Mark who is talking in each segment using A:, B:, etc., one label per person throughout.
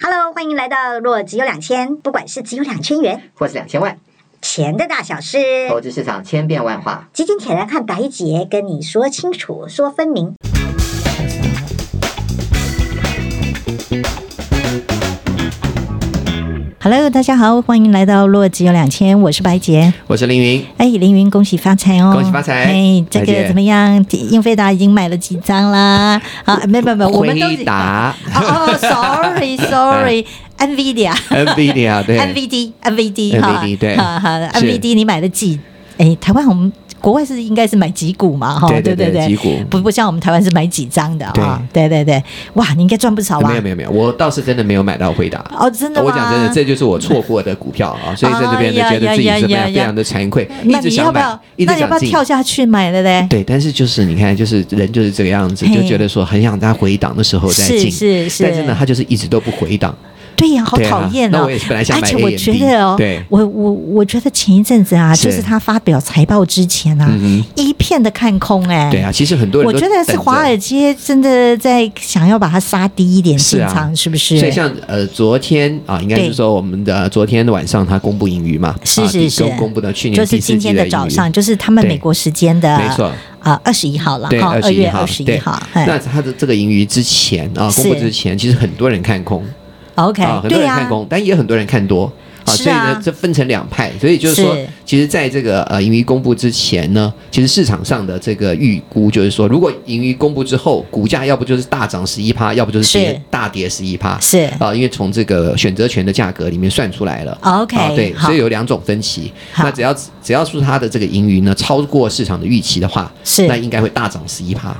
A: Hello，欢迎来到若只有两千，不管是只有两千元，
B: 或是两千万，
A: 钱的大小事，
B: 投资市场千变万化。
A: 基金铁人和白姐跟你说清楚，说分明。
C: Hello，大家好，欢迎来到《洛只有两千》，我是白洁。
D: 我是凌云，
C: 哎，凌云，恭喜发财哦！
D: 恭喜发财
C: 哎，这
D: 白
C: 个
D: 洁
C: 怎么样？英菲达已经买了几张啦？啊，没没没，我们都
D: 辉
C: 是
D: 达、
C: 哦哦，sorry，sorry，NVIDIA，NVD，NVD，
D: NVIDIA 对
C: 哈
D: NVD 对
C: 哈哈
D: 是
C: ，NVD 你买了几？哎，台湾我们国外是应该是买几股嘛？哈，
D: 对
C: 对
D: 对对
C: 对，
D: 几股
C: 不不像我们台湾是买几张的啊？对对对，哇，你应该赚不少吧
D: 没有？没有没有，我倒是真的没有买到辉达。
C: 哦，真的吗？
D: 我讲真的，这就是我错过的股票啊，所以在这边呢，
C: 哎呀
D: 觉得自己
C: 呀
D: 是非
C: 呀
D: 常
C: 呀
D: 非常的惭愧，一
C: 那
D: 直
C: 你要
D: 想
C: 不要
D: 买，？一直
C: 那你要不要
D: 想进。
C: 跳下去买了嘞？
D: 对，但是就是你看，就是人就是这个样子，
C: 嘿
D: 就觉得说很想在回档的时候再进，
C: 是是是
D: 但是呢，他就是一直都不回档。
C: 对呀、好
D: 对啊
C: 讨厌哦、
D: 那我也是本来想买
C: 而且我
D: AMD
C: 觉得哦，
D: 对
C: 我我我觉得前一阵子啊，
D: 是
C: 就是他发表财报之前啊，
D: 嗯
C: 一片的看空哎、
D: 对啊，。其实很多人
C: 我
D: 都
C: 觉得是
D: 等着
C: 华尔街真的在想要把它杀低一点
D: 是
C: 进
D: 啊
C: 场，是不是？
D: 所以像呃昨天啊，应该
C: 对
D: 是说我们的昨天晚上他公布盈余嘛，
C: 是
D: 啊
C: 是
D: 第
C: 是
D: 公公布的去年
C: 就是
D: 第四
C: 今
D: 季
C: 天
D: 的
C: 的
D: 盈
C: 早
D: 余
C: 上，就是他们
D: 对
C: 美国时间的，
D: 没错，
C: 啊，二十一号了
D: 对，
C: 哈，二月
D: 21
C: 二十一
D: 对
C: 号，哎嘿
D: 那它的这个盈余之前啊，公布
C: 是
D: 之前，其实很多人看空
C: OK，
D: 啊，很多
C: 对
D: 人
C: 呀
D: 看，空，但也很多人看多。啊，
C: 是
D: 所以
C: 啊
D: 呢，这分成两派，所以就是说
C: 是，
D: 其实在这个呃盈余公布之前呢，其实市场上的这个预估就是说，如果盈余公布之后，股价要不就是大涨十一趴，要不就是跌
C: 是
D: 大跌十一趴，
C: 是
D: 啊，因为从这个选择权的价格里面算出来了。
C: 哦 OK，
D: 啊对，
C: 好
D: 所以有两种分歧。
C: 好
D: 那只要只要是它的这个盈余呢超过市场的预期的话，
C: 是
D: 那应该会大涨十一趴。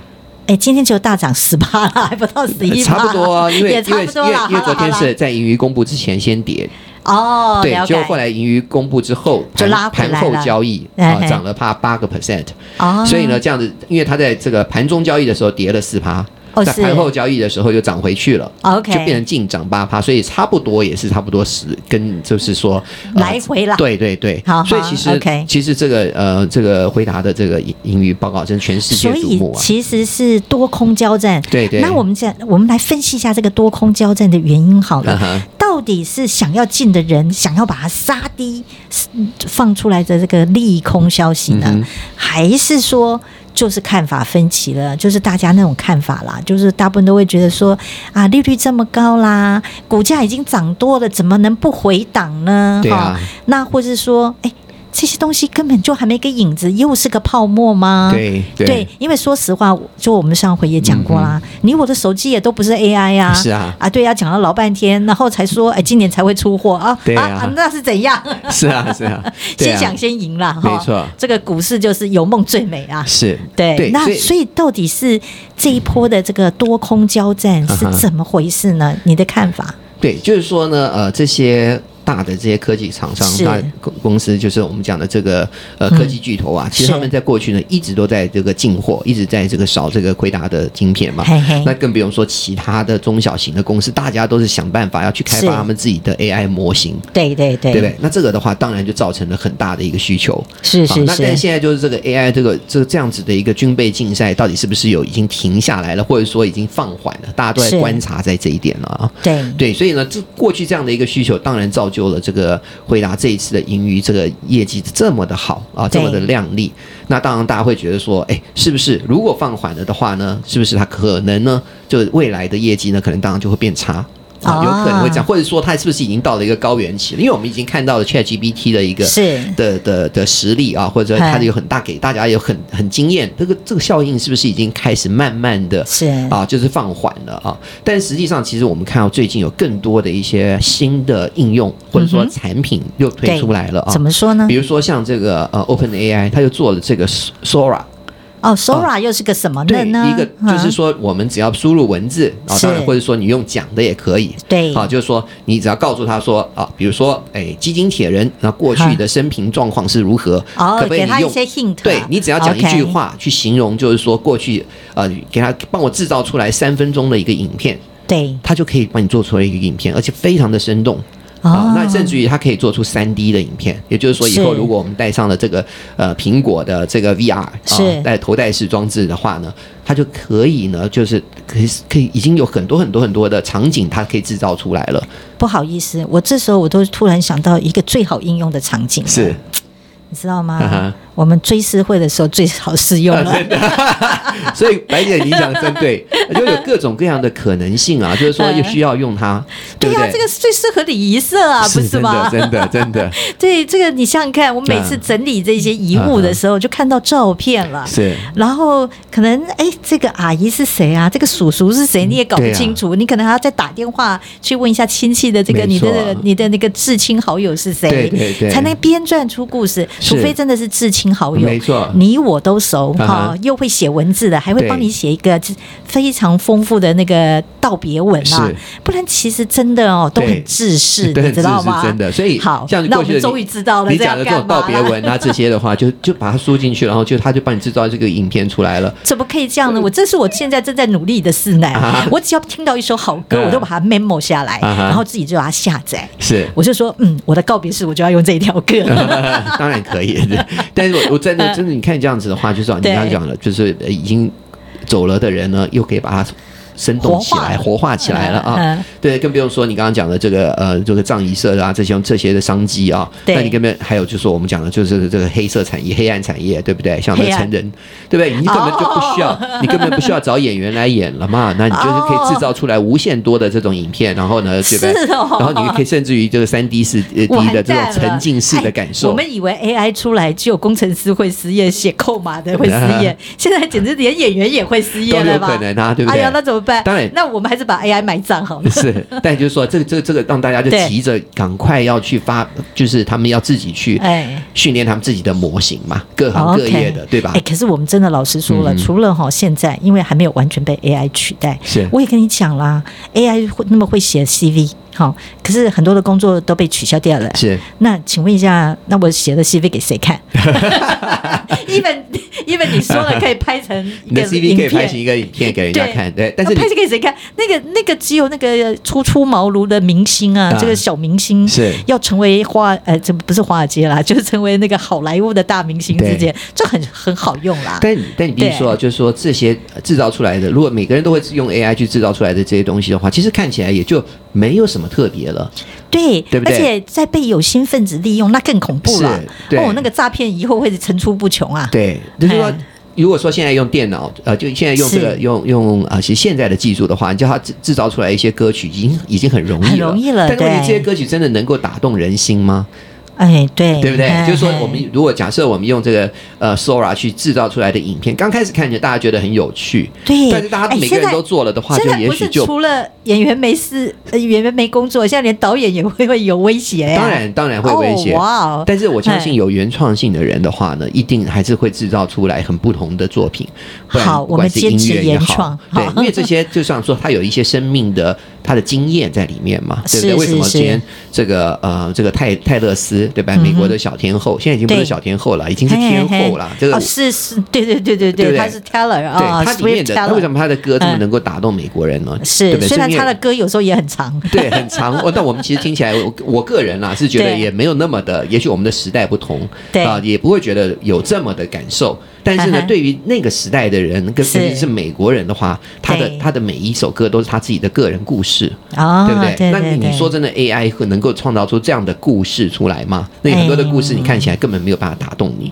C: 哎，今天只有大涨十八了，还不到十一，
D: 差不 多啊，因为
C: 也
D: 因
C: 差
D: 为
C: 不
D: 因
C: 多
D: 为
C: 了，
D: 因为
C: 好
D: 昨
C: 了
D: 天
C: 好了
D: 是在盈余公布之前先跌，
C: 哦，
D: 对，
C: 了
D: 结果
C: 解
D: 后来盈余公布之后
C: 就
D: 盘
C: 拉回来
D: 盘
C: 了
D: 后交易
C: 哎
D: 啊
C: 嘿
D: 涨了趴八个 percent，
C: 哦，
D: 所以呢这样子，因为它在这个盘中交易的时候跌了四趴
C: 哦。
D: 在
C: 是哦
D: 盘后交易的时候又涨回去了
C: OK
D: 就变成净涨八趴，所以差不多也是差不多十，跟就是说、呃
C: 来回啦
D: 对对对，
C: 好好
D: 所以其实
C: OK
D: 其实这个呃这个回答的这个盈盈余报告，真的全世界
C: 所
D: 瞩
C: 以
D: 目啊。
C: 其实是多空交战。
D: 对对
C: 那我们讲，我们来分析一下这个多空交战的原因好了。
D: 嗯哼
C: 到底是想要进的人想要把它杀低，是放出来的这个利空消息呢，
D: 嗯哼
C: 还是说？就是看法分歧了，就是大家那种看法啦，就是大部分都会觉得说啊，利率这么高啦，股价已经涨多了，怎么能不回档呢？
D: 对啊
C: 哈那或是说，哎，这些东西根本就还没个影子，又是个泡沫吗？
D: 对对
C: 啊
D: 嗯
C: 对，因为说实话，就我们上回也讲过啦，你我的手机也都不是 AI 呀、啊，
D: 是啊
C: 啊，对呀、讲了老半天，然后才说，哎，今年才会出货啊，
D: 对啊
C: 那是怎样？
D: 是啊 是啊，对
C: 先
D: 啊
C: 想先赢啦，哈
D: 没错
C: 这个股市就是有梦最美啊。
D: 是
C: 对，
D: 对，
C: 那
D: 所以
C: 所以到底是这一波的这个多空交 战是
D: 嗯哼
C: 怎么回事呢？你的看法？
D: 对，就是说呢，呃，这些大的这些科技厂商、
C: 是嗯
D: 大公公司，就是我们讲的这个呃科技巨头啊，其
C: 是
D: 实他们在过去呢一直都在这个进货，一直在这个少这个奎达的晶片嘛。
C: 嘿嘿
D: 那更不用说其他的中小型的公司，大家都是想办法要去开
C: 是
D: 发他们自己的 AI 模型，
C: 对对对，
D: 对不对？那这个的话，当然就造成了很大的一个需求。
C: 是
D: 好
C: 是
D: 那但是
C: 是，
D: 现在就是这个 AI 这个这这样子的一个军备竞赛，到底是不是有已经停下来了，或者说已经放缓了？大家都
C: 是
D: 在观察在这一点了啊。
C: 对
D: 对，所以呢，这过去这样的一个需求，当然造就了这个惠达这一次的盈余这个业绩这么的好啊，这么的
C: 对
D: 亮丽。那当然大家会觉得说，哎，是不是如果放缓了的话呢？是不是它可能呢，就是未来的业绩呢，可能当然就会变差。啊，有可能会这
C: 啊
D: 样，或者说它是不是已经到了一个高原期了？因为我们已经看到了 ChatGPT 的一个
C: 是
D: 的的的实力啊，或者它的有很大给大家有很很惊艳，这个这个效应是不是已经开始慢慢的
C: 是
D: 啊，就是放缓了啊？但实际上，其实我们看到最近有更多的一些新的应用或者说
C: 嗯哼
D: 产品又推
C: 对
D: 出来了啊。
C: 怎么说呢
D: 比？如说像这个呃 OpenAI，它就做了这个 Sora，
C: 哦，Sora 又是个什么
D: 对，
C: 呢？呢
D: 一个就是说我们只要输入文字啊，
C: 是
D: 当然或者说你用讲的也可以，
C: 对
D: 啊，就是说你只要告诉他说啊，比如说哎，基金铁人那过去的生平状况是如何，
C: 哦
D: 可不可以
C: 给他
D: 你用
C: 一些 hint 啊
D: 对你只要讲一
C: OK
D: 句话去形容，就是说过去呃，给他帮我制造出来三分钟的一个影片，
C: 对
D: 他就可以帮你做出来一个影片，而且非常的生动。
C: 哦
D: 啊，那甚至于它可以做出三 D 的影片，也就是说，以后
C: 是
D: 如果我们戴上了这个呃苹果的这个 VR 啊
C: 是
D: 戴头戴式装置的话呢，它就可以呢，就是可以可以已经有很多很多很多的场景，它可以制造出来了。
C: 不好意思，我这时候我都突然想到一个最好应用的场景，你知道吗？
D: 啊哈
C: 我们追思会的时候最好适用 了，
D: 所以白姐你讲得真 对，就有各种各样的可能性啊，就是说也需要用它，对 不
C: 呀、
D: 对？
C: 啊这个是最适合礼仪社啊，不
D: 真
C: 吗
D: 的，？真的，嗯真的
C: 对，这个你想想看，我每次整理这些遗物
D: 嗯
C: 的时候，就看到照片了。
D: 是。
C: 然后可能哎，这个阿姨是谁啊？这个叔叔是谁？你也搞不
D: 对啊
C: 清楚，你可能还要再打电话去问一下亲戚的这个
D: 没
C: 你
D: 错
C: 的你的那个至亲好友是谁，
D: 对对对
C: 才能编撰出故事。
D: 是
C: 除非真的是至亲好友，
D: 没错
C: 你我都熟哈、
D: 啊哈
C: 又会写文字的，还会
D: 对
C: 帮你写一个非常丰富的那个道别文啊
D: 是。
C: 不然其实真的哦，都
D: 对
C: 很制式，
D: 对，
C: 你知道吗？
D: 是真的，所以
C: 好，
D: 像
C: 那
D: 过
C: 我
D: 去
C: 们
D: 的
C: 终于知道了，
D: 你
C: 这样
D: 讲的这种
C: 干嘛
D: 道
C: 啦
D: 别 文啊这些的话，就就把它输进去，然后就他就帮你制造这个影片出来了。
C: 怎么可以这样呢？我这是我现在正在努力的事呢。
D: 嗯啊
C: 我只要听到一首好歌，
D: 嗯
C: 我都把它 memo 下来，
D: 啊哈
C: 然后自己就把它下载。
D: 是
C: 我就说，嗯，我的告别式我就要用这一条歌。
D: 嗯当然可以，但是我我真的真的，你看这样子的话，就是啊你
C: 对
D: 刚刚讲了，就是呃已经走了的人呢，又可以把它生动起来、
C: 活
D: 活化起来了
C: 嗯嗯
D: 啊。 对，更不用说你刚刚讲的这个呃，这个葬仪社啊，这些这些的商机啊。
C: 对
D: 那你根本还有就是我们讲的就是这个黑色产业、黑暗产业，对不对？像那个
C: 黑暗
D: 成人，对不对？你根本就不需要，
C: 哦
D: 你根本不需要找演员来演了嘛。那你就是可以制造出来无限多的这种影片，然后呢，对不对？
C: 是哦
D: 然后你可以甚至于这个三 D 四 D
C: 我
D: 的这种沉浸式的感受。
C: 哎我们以为 AI 出来只有工程师会失业，写扣码的会失业， 现在简直连演员也会失业了吧？
D: 啊都有可能啊对不对
C: 哎呀，那怎么办？
D: 当然
C: 那我们还是把 AI 埋葬好了。
D: 是，但就是说，这个、这个、这个，让大家就
C: 对
D: 急着赶快要去发，就是他们要自己去
C: 哎
D: 训练他们自己的模型嘛，各行各业的，对吧
C: 哎、？可是我们真的老实说了，
D: 嗯
C: 除了哈现在，因为还没有完全被 AI 取代，
D: 是
C: 我也跟你讲啦，AI 会那么会写 CV，好、可是很多的工作都被取消掉了。
D: 是
C: 那请问一下，那我写的 CV 给谁 看 ？even even 你说了可以拍成一
D: 你
C: 个
D: 的 CV
C: 影
D: 可
C: 片，
D: 以
C: 哦
D: 拍成一个影片给人家看，对，但是
C: 那
D: 你
C: 拍。成给谁看？那个那个只有那个初出茅庐的明星啊，
D: 啊
C: 这个小明星
D: 是
C: 要成为华呃，这不是华尔街啦，就是成为那个好莱坞的大明星之间，这很很好用啦。
D: 但你但你必须
C: 对
D: 说啊，就是说这些呃制造出来的，如果每个人都会用 AI 去制造出来的这些东西的话，其实看起来也就没有什么特别了。
C: 对，
D: 对不对
C: 而且在被有心分子利用，那更恐怖了
D: 是。对
C: 哦，那个诈骗以后会层出不穷啊。
D: 对，就是说
C: 哎，
D: 如果说现在用电脑，呃，就现在用这个
C: 是
D: 用用啊、呃其实现在的技术的话，你叫它制制造出来一些歌曲，已经已经很容易了。
C: 很容易了
D: 但是问题，
C: 对
D: 这些歌曲真的能够打动人心吗？
C: 哎，对，
D: 对不对？
C: 哎
D: 就是说
C: 哎，
D: 我们如果假设我们用这个呃 Sora 去制造出来的影片，刚开始看起来大家觉得很有趣，
C: 对
D: 但是大家
C: 哎
D: 每个
C: 现
D: 人
C: 在
D: 都做了的话，
C: 现
D: 就
C: 在
D: 也
C: 不
D: 许
C: 是
D: 就
C: 除了演员没事，呃演员没工作，现在连导演也会会有威胁、啊。
D: 当然当然会威胁。
C: 哦哇哦！
D: 但是我相信有原创性的人的话呢，一定还是会制造出来很不同的作品。不然
C: 好
D: 不管是
C: 我们坚持
D: 音乐也
C: 原创
D: 好，对
C: 好，
D: 因为这些就像说，它有一些生命的它的经验在里面嘛，对不对？
C: 是
D: 为什么
C: 是是
D: 今天这个呃这个泰泰勒斯对吧？美国的小天后，现在已经不
C: 对
D: 是小天后了，已经是天后了
C: 嗯嘿嘿。
D: 这个
C: 哦、是是，对对对对
D: 对不对
C: 他是 Teller
D: 对
C: 啊、
D: 它
C: s
D: 里
C: w i
D: 面
C: f t
D: 的，那为什
C: Teller
D: 么他的歌这么
C: 嗯
D: 能够打动美国人呢？对
C: 是
D: 不，对？
C: 虽然
D: 因为
C: 他的歌有时候也很长，
D: 对，很长。我但我们其实听起来，我我个人啊啦是觉得
C: 对
D: 也没有那么的，也许我们的时代不同，
C: 对
D: 啊、也不会觉得有这么的感受。但
C: 嗯
D: 是呢，
C: 哼
D: 对于那个时代的人，跟
C: 是
D: 甚至是美国人的话，他的
C: 对
D: 他的每一首歌都是他自己的个人故事，
C: 啊、
D: 对不对？
C: 对
D: 那
C: 对
D: 你你说真的，AI 会能够创造出这样的故事出来
C: 哎
D: 吗？那有很多的故事，你看起来根本没有办法打动你，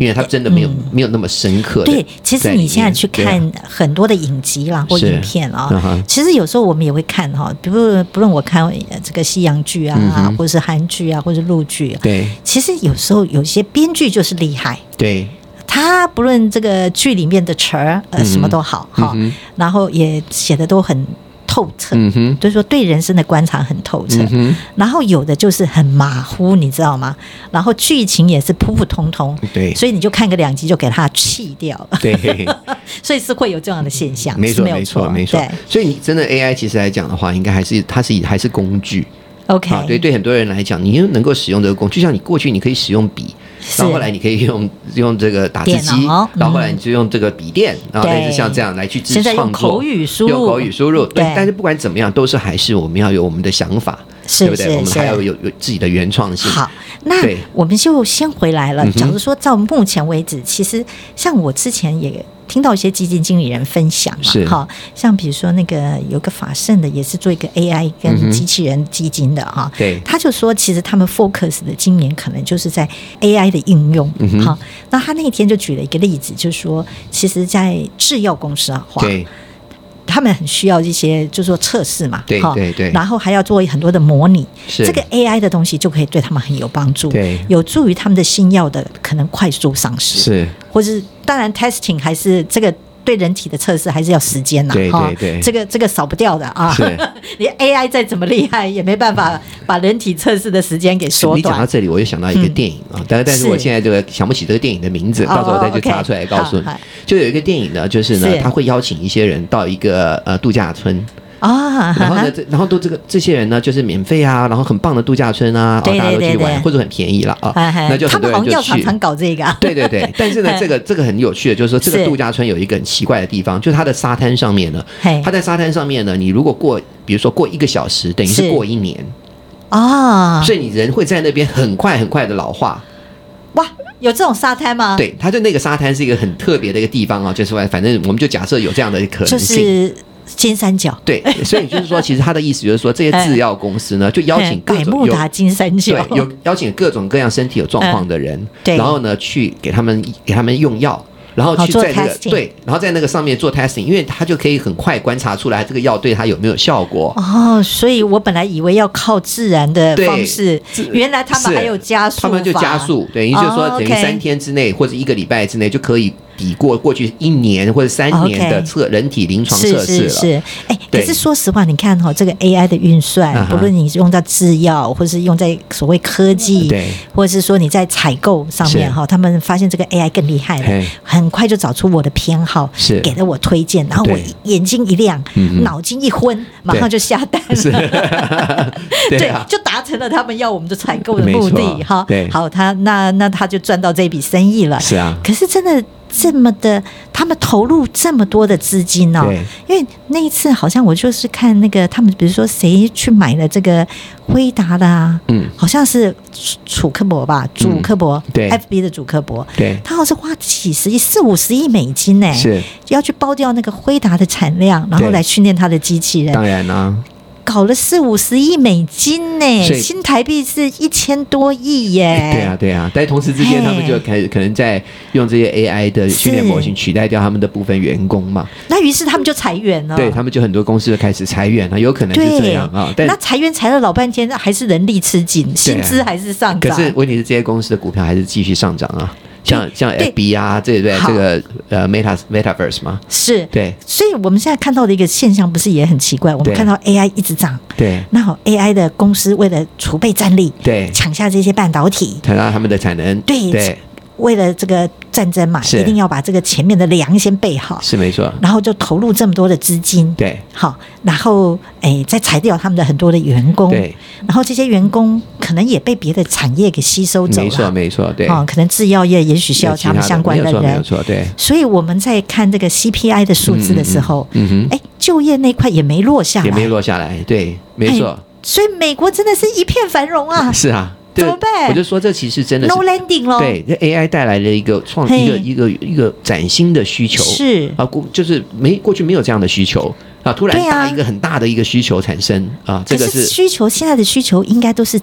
D: 因为它真的没有、没有那么深刻
C: 嗯
D: 的在里
C: 对
D: 面。，
C: 其实你现在去
D: 对啊
C: 看很多的影集啦或
D: 是
C: 影片啊、
D: 嗯哼
C: 其实有时候我们也会看哈、比如不论我看呃这个西洋剧啊，
D: 嗯哼
C: 或者是韩剧啊，或者是陆剧、啊，
D: 对
C: 其实有时候有些编剧就是厉害，
D: 对
C: 他不论这个剧里面的词儿呃
D: 嗯
C: 什么都好哈、
D: 嗯哼
C: 然后也写的都很透彻，
D: 嗯哼，
C: 就是说对人生的观察很透彻。
D: 嗯哼，
C: 然后有的就是很马虎，你知道吗？然后剧情也是普普通通，
D: 对
C: 所以你就看个两集就给它弃掉了，
D: 对。
C: 所以是会有这样的现象，
D: 没
C: 是
D: 错，
C: 有
D: 没错，
C: 啊
D: 没错
C: 对。
D: 所以你真的 AI 其实来讲的话，应该还是它是以还是工具
C: ，OK，
D: 啊。对，对很多人来讲，你又能够使用这个工具，就像你过去你可以使用笔，
C: 是
D: 然后后来你可以用用这个打字
C: 电
D: 机
C: 脑，嗯
D: 然后后来你就用这个笔电，然后
C: 对
D: 类似像这样来去制
C: 现在用
D: 创作，
C: 口语输入
D: 用口语输入。对
C: 对，
D: 但是不管怎么样，都是还是我们要有我们的想法，
C: 是
D: 对不对？
C: 是
D: 我们
C: 是
D: 还要有有自己的原创性。
C: 好，那
D: 对
C: 我们就先回来了
D: 嗯。哼
C: 假如说到目前为止，其实像我之前也听到一些基金经理人分享
D: 是
C: 嘛，哈，像比如说那个有个法盛的，也是做一个 AI
D: 嗯哼
C: 跟机器人基金的哈，
D: 对
C: 他就说其实他们 focus 的今年可能就是在 AI 的应用，
D: 嗯哼
C: 好，那他那天就举了一个例子，就说其实，在制药公司啊，话
D: 对
C: 他们很需要一些，就是说测试嘛，
D: 对
C: 哈
D: 对对
C: 然后还要做很多的模拟，
D: 是
C: 这个 AI 的东西就可以对他们很有帮助，
D: 对
C: 有助于他们的新药的可能快速上市，，
D: 是
C: 或是当然 testing 还是这个对人体的测试还是要时间呐、
D: 对
C: 哈
D: 对对
C: 这个这个少不掉的啊
D: 是，
C: 你 AI 再怎么厉害也没办法把人体测试的时间给缩
D: 你讲到
C: 短。嗯
D: 这里，我就想到一个电影啊，但、但是
C: 是
D: 我现在这个想不起这个电影的名字，
C: 哦
D: 到时候我再去
C: OK，
D: 查出来告诉你
C: 好好。
D: 就有一个电影呢，就是呢，
C: 是
D: 他会邀请一些人到一个呃度假 村，
C: 啊，
D: 然后
C: 哈
D: 呢，
C: 哈
D: 这然后都这个这些人呢，就是免费啊，然后很棒的度假村啊，哦
C: 对对
D: 大家都去
C: 对对
D: 玩，或者很便宜了 啊，
C: 哎哎
D: 那就
C: 他
D: 很多
C: 们好
D: 人
C: 像药
D: 就
C: 厂
D: 去。
C: 常搞这个、啊，
D: 对 对对，但是呢，这个这个很有趣的，就是说这个
C: 是
D: 度假村有一个很奇怪的地方，就是它的沙滩上面呢，
C: 嘿
D: 它在沙滩上面呢，你如果过，比如说过一个小时，等于是
C: 是
D: 过一年，
C: 啊，
D: 所以你人会在那边很快很快的老化。
C: 哇，有这种沙滩吗？。
D: 对，它就那个沙滩是一个很特别的一个地方啊，就是反正我们就假设有这样的可
C: 就
D: 能性。
C: 是金三角，
D: 对，所以就是说，其实他的意思就是说，这些制药公 司呢，就邀请
C: 嗯
D: 各
C: 百
D: 种
C: 慕
D: 有
C: 达金三角
D: 对，有邀请各种各样身体有状况的人，
C: 嗯对
D: 然后呢去给他们给他们用药。然后
C: 好
D: 去
C: 做
D: 在那个
C: testing
D: 对，然后在那个上面做 testing，因为他就可以很快观察出来这个药对他有没有效果。
C: 哦，所以我本来以为要靠自然的
D: 对
C: 方式，原来他们
D: 是
C: 还有加速法，
D: 他们就加速，等于就是说
C: 哦
D: 等于
C: OK
D: 三天之内或者一个礼拜之内就可以抵过过去一年或者三年的
C: 哦 OK
D: 测人体临床
C: 是
D: 测试
C: 是
D: 了。
C: 是，哎，可
D: 对
C: 是说实话，你看哈、哦，这个 AI 的运算，
D: 嗯哼
C: 不论你用到制药，或是用在所谓科技，
D: 对，
C: 或者是说你在采购上面
D: 是
C: 哈、他们发现这个 AI 更厉害
D: 嘿
C: 了，很快就找出我的偏好，
D: 是
C: 给了我推荐，然后我
D: 对
C: 眼睛一亮，
D: 嗯哼
C: 脑筋一昏，马上就下单
D: 是
C: 了。
D: 对啊，
C: 就达成了他们要我们的采购的
D: 没
C: 目
D: 错
C: 的哈。
D: 对
C: 好，他那那他就赚到这笔生意了。
D: 是啊
C: 可是真的这么的，他们投入这么多的资金哦
D: 对，
C: 因为那一次好像我就是看那个他们，比如说谁去买了这个辉达的啊，
D: 嗯，
C: 好像是楚楚克伯吧，主克伯，
D: 对
C: ，FB 的主克伯，
D: 对
C: 他好像是花几十亿、四五十亿美金呢，
D: 是
C: 要去包掉那个辉达的产量，然后
D: 对
C: 来训练他的机器人。
D: 当然啊啦、
C: 搞了四五十亿美金
D: 所
C: 呢，
D: 以
C: 新台币是一千多亿耶。
D: 对啊，，对啊，但同时之间，
C: 哎嘿
D: 他们就开始可能在用这些 AI 的训练模型取代掉他们的部分员工嘛，
C: 那于是他们就裁员了。
D: 对他们就很多公司就开始裁员了，有可能是这
C: 对
D: 样啊。但啊
C: 那裁员裁了老半天，那还是人力吃紧，薪资还是上
D: 可
C: 涨。
D: 是问题是，这些公司的股票还是继续上涨啊，像像
C: 对
D: FB 啊，这对
C: 好
D: 这个呃 Meta Metaverse 嘛，
C: 是
D: 对
C: 所以我们现在看到的一个现象，不是也很奇怪？我们
D: 对
C: 看到 AI 一直涨，
D: 对
C: 那好，AI 的公司为了储备战力，
D: 对，
C: 抢下这些半导体，
D: 谈到他们的产能，
C: 对
D: 对
C: 为了这个战争嘛，
D: 是
C: 一定要把这个前面的粮先备好，
D: 是没错，
C: 然后就投入这么多的资金，
D: 对
C: 好，然后诶，再裁掉他们的很多的员工，
D: 对，
C: 然后这些员工可能也被别的产业给吸收走了，
D: 没错没错，对，
C: 哦，可能制药业也许需要
D: 有其
C: 他们
D: 的
C: 相关
D: 没
C: 的
D: 有错没有
C: 人，
D: 错，对，
C: 所以我们在看这个 CPI 的数字的时候，
D: 嗯嗯嗯
C: 哎，就业那块也没落下来，
D: 也没落下来，对，没错。
C: 哎所以美国真的是一片繁荣啊
D: 是啊，
C: 怎
D: 对
C: 么办
D: 我就说这其实真的是
C: ，no landing 咯，
D: 对，这 AI 带来了一个创
C: 嘿
D: 一个一个一个崭新的需求，
C: 是
D: 啊，过就是没过去没有这样的需求啊，突然
C: 对啊
D: 大一个很大的一个需求产生啊，这
C: 可
D: 个
C: 是
D: 是
C: 需求现在的需求应该都是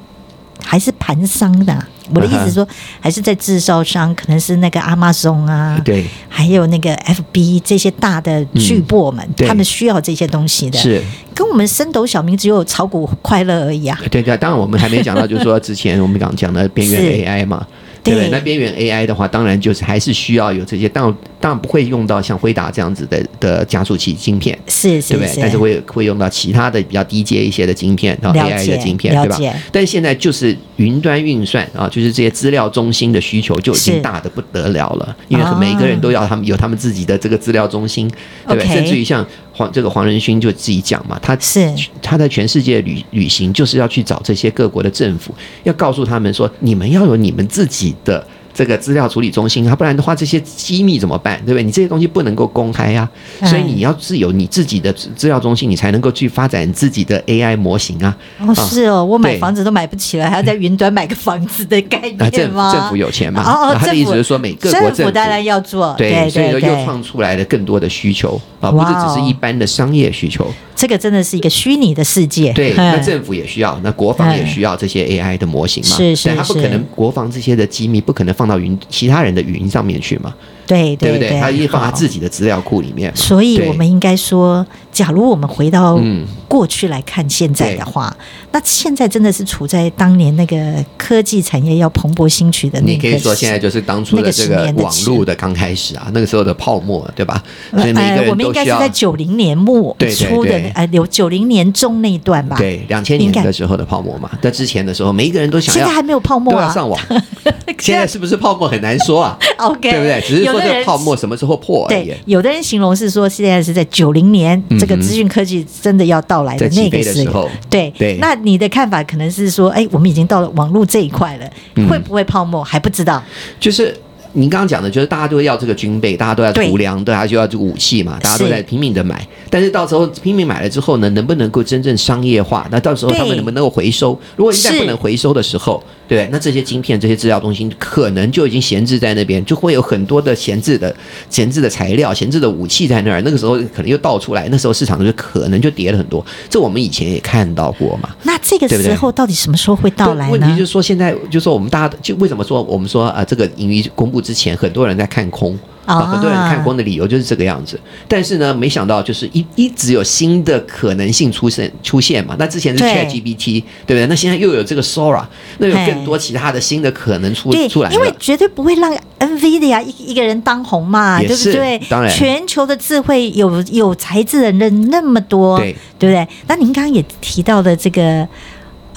C: 还是盘商的啊、我的意思是说，还是在制造商，可能是那个 Amazon 啊，
D: 对，
C: 还有那个 FB 这些大的巨擘们，
D: 嗯对
C: 他们需要这些东西的，
D: 是
C: 跟我们升斗小民只有炒股快乐而已啊。
D: 对对，当然我们还没讲到，就是说之前我们刚讲的边 缘
C: 是
D: AI 嘛。对不对？
C: 对
D: 那边缘 AI 的话，当然就是还是需要有这些，当当然不会用到像辉达这样子的的加速器晶片，
C: 是
D: 对
C: 是
D: 不对？但是会会用到其他的比较低阶一些的晶片，然后
C: 了
D: AI
C: 解
D: 的晶片，
C: 了
D: 对吧
C: 解？
D: 但是现在就是云端运算啊，就是这些资料中心的需求就已
C: 是
D: 经大的不得了了，因为
C: 啊
D: 每个人都要他们有他们自己的这个资料中心，对不对？
C: OK
D: 甚至于像黄这个黄仁勋就自己讲嘛，他
C: 是
D: 他在全世界旅旅行，就是要去找这些各国的政府，要告诉他们说，你们要有你们自己的。这个资料处理中心啊，不然的话这些机密怎么办？对不对？你这些东西不能够公开啊，
C: 哎
D: 所以你要是有你自己的资资料中心，你才能够去发展自己的 AI 模型啊。
C: 哦，是哦，我买
D: 对
C: 房子都买不起了，还要在云端买个房子的概
D: 啊，
C: 念
D: 政
C: 吗？
D: 政府有钱嘛？
C: 哦哦
D: 然后他的
C: 政
D: 意
C: 府
D: 思是说，每个国
C: 政府当然要做，
D: 对，
C: 对
D: 所以
C: 对
D: 说
C: 对
D: 又创出来了更多的需求啊，不
C: 哇
D: 是
C: 哦
D: 只是一般的商业需求。
C: 这个真的是一个虚拟的世界。
D: 对，
C: 嗯
D: 那政府也需要，那国防也需要这些 AI 的模型嘛？
C: 是是
D: 但它不可
C: 是
D: 能国防这些的机密不可能放到云其他人的云上面去嘛？
C: 对对
D: 对不对？它一定放
C: 好
D: 它自己的资料库里面嘛。
C: 所以
D: 对
C: 我们应该说，假如我们回到
D: 嗯
C: 过去来看现在的话，那现在真的是处在当年那个科技产业要蓬勃兴起的那个时。
D: 你可以说现在就是当初的
C: 那
D: 这
C: 个十
D: 个
C: 年的
D: 网络的刚开始啊，那个时候的泡沫，对吧？所以每个
C: 呃，我
D: 人
C: 们应
D: 都
C: 该
D: 需
C: 是
D: 要
C: 在九零年末
D: 对对
C: 出的
D: 对，
C: 呃，有九零年中那一段吧。，
D: 对两千
C: 敏
D: 年
C: 感
D: 的时候的泡沫嘛。在之前的时候，每一个人都想
C: 现
D: 要
C: 在还没有泡沫
D: 都要
C: 啊。
D: 上网，现在是不是泡沫很难说啊？
C: OK，
D: 对不对？只是
C: 有
D: 说
C: 的
D: 这个
C: 人
D: 泡沫什么时候破而已
C: 对。，有的人形容是说现在是在九零年、
D: 嗯哼
C: 这个资讯科技真的要到来的
D: 在
C: 那
D: 起
C: 个
D: 飞的
C: 时
D: 时候
C: 对
D: 对
C: 那你的看法可能是说，哎，我们已经到了网络这一块了，
D: 嗯
C: 会不会泡沫还不知道？
D: 就是您刚刚讲的，就是大家都要这个军备，大家都要
C: 对
D: 储粮，大家就要这个武器嘛，大家都
C: 是
D: 在拼命的买。但是到时候拼命买了之后呢，能不能够真正商业化？那到时候
C: 对
D: 他们能不能够回收？如果一旦
C: 是
D: 不能回收的时候，对不对，那这些晶片、这些资料中心可能就已经闲置在那边，就会有很多的闲置的、闲置的材料、闲置的武器在那儿。那个时候可能又倒出来，那时候市场就可能就跌了很多。这我们以前也看到过嘛。
C: 那这个
D: 对不对
C: 时候到底什么时候会到来
D: 问题
C: 呢
D: 就是？说，现在就是说我们大家就为什么说我们说啊、呃这个盈余公布之前，很多人在看空。啊，
C: 啊
D: 很多人看空的理由就是这个样子，但是呢，没想到就是一一直有新的可能性出现出现嘛。那之前是
C: 对
D: ChatGPT，对不对？那现在又有这个 Sora，那有
C: 嘿
D: 更多其他的新的可能出
C: 对
D: 出来，
C: 因为
D: 了。
C: 绝对不会让 NVIDIA 一一个人当红嘛，
D: 也
C: 对
D: 是
C: 不对？
D: 当然
C: 全球的智慧有有才智的人那么多，
D: 对
C: 对不对？那您刚刚也提到的这个。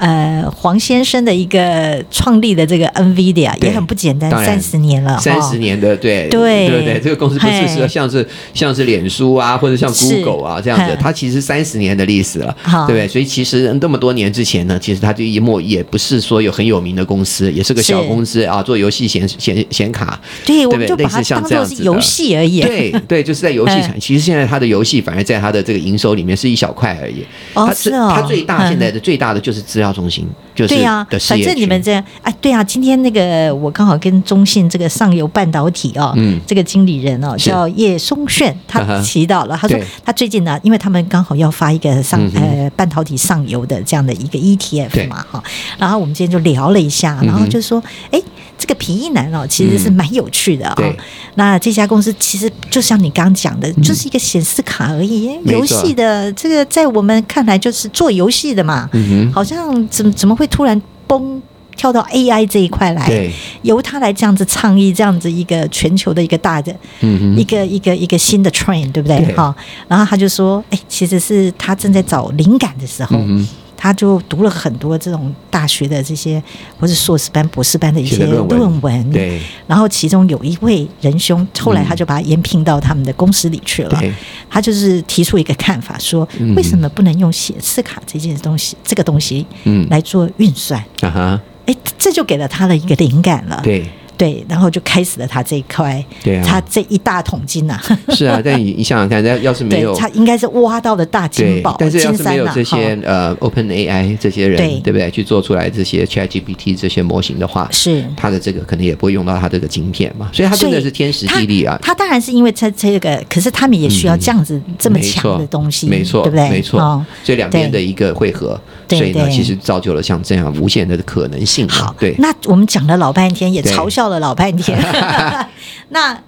C: 呃，黄先生的一个创立的这个 NVIDIA
D: 对
C: 啊也很不简单，
D: 当然
C: 三十年了，
D: 三十
C: 哦
D: 年的对
C: 对
D: 对不对？这个公司不是
C: 嘿
D: 说像是像是脸书啊，或者像
C: 是
D: Google 啊这样子
C: 嘿，
D: 它其实三十年的历史了
C: 好，
D: 对不对？所以其实那么多年之前呢，其实它就一默也不是说有很有名的公司，也是个小
C: 是
D: 公司啊，做游戏显显显卡，
C: 对，我
D: 对不
C: 们
D: 对
C: 就把
D: 类
C: 它
D: 似像
C: 当
D: 这
C: 做
D: 样
C: 是
D: 子的
C: 游戏而已。
D: 对对，就是在游戏
C: 嗯
D: 产，其实现在它的游戏反而在它的这个营收里面是一小块而已。
C: 哦
D: 它
C: 是
D: 最
C: 哦
D: 它最大
C: 嗯
D: 现在的最大的就是资料中心，就是
C: 对呀、
D: 的事
C: 反
D: 业
C: 正你
D: 群
C: 们这样哎，对啊，今天那个我刚好跟中信这个上游半导体哦，
D: 嗯
C: 这个经理人哦
D: 是
C: 叫叶松炫，
D: 啊哈
C: 他提到了，他说
D: 对
C: 他最近呢，因为他们刚好要发一个上、
D: 嗯哼
C: 呃半导体上游的这样的一个
D: 对
C: ETF 嘛哈，然后我们今天就聊了一下，然后就说，哎、这个皮衣男哦，其实是
D: 嗯
C: 蛮有趣的啊、
D: 对
C: 那这家公司其实就像你刚刚讲的，就是一个显示卡而已，
D: 嗯没
C: 游
D: 错
C: 戏的这个在我们看来就是做游戏的嘛。
D: 嗯
C: 好像怎么怎么会突然崩跳到 AI 这一块
D: 哼，
C: 来？
D: 对，
C: 由他来这样子倡议这样子一个全球的一个大的、
D: 嗯哼
C: 一。个一个一个新的 train，对不对
D: 对？
C: 哈，然后他就说，哎，其实是他正在找灵感的时候。
D: 嗯哼
C: 他就读了很多这种大学的这些或是硕士班、博士班的一
D: 写
C: 些
D: 的论文
C: 文
D: 嗯对
C: 然后其中有一位仁兄，后来他就把他延聘到他们的公司里去了。
D: 嗯对
C: 他就是提出一个看法说，
D: 嗯
C: 为什么不能用显示卡这件东西，这个东西，
D: 嗯
C: 来做运算？
D: 啊哈，
C: 哎，这就给了他了一个灵感了。
D: 对。
C: 对然后就开始了他这一块，
D: 对啊
C: 他这一大桶金呐、啊，
D: 是啊，但你你想想看，要要是没
C: 对
D: 有
C: 他应该是挖到了大金
D: 对
C: 宝，，
D: 但是要
C: 金
D: 是没
C: 山
D: 有
C: 呐、
D: 这些、
C: 哈
D: 呃 Open AI 这些人，
C: 对
D: 不对？去做出来这些 ChatGPT 这些模型的话，
C: 是
D: 它的这个可能也不会用到它这个晶片嘛，所以它真的是天时地利啊。嗯
C: 他当然是因为这这个，可是他们也需要这样子、这么
D: 没错
C: 强的东西，
D: 没错，
C: 对不对？
D: 没错，
C: 哦
D: 所以两边的
C: 对
D: 一个汇合，
C: 对
D: 所以呢，
C: 对
D: 其实造就了像这样无限的可能性嘛。
C: 好，
D: 嗯对，
C: 那我们讲了老半天，也
D: 对
C: 嘲笑了老半 天。 那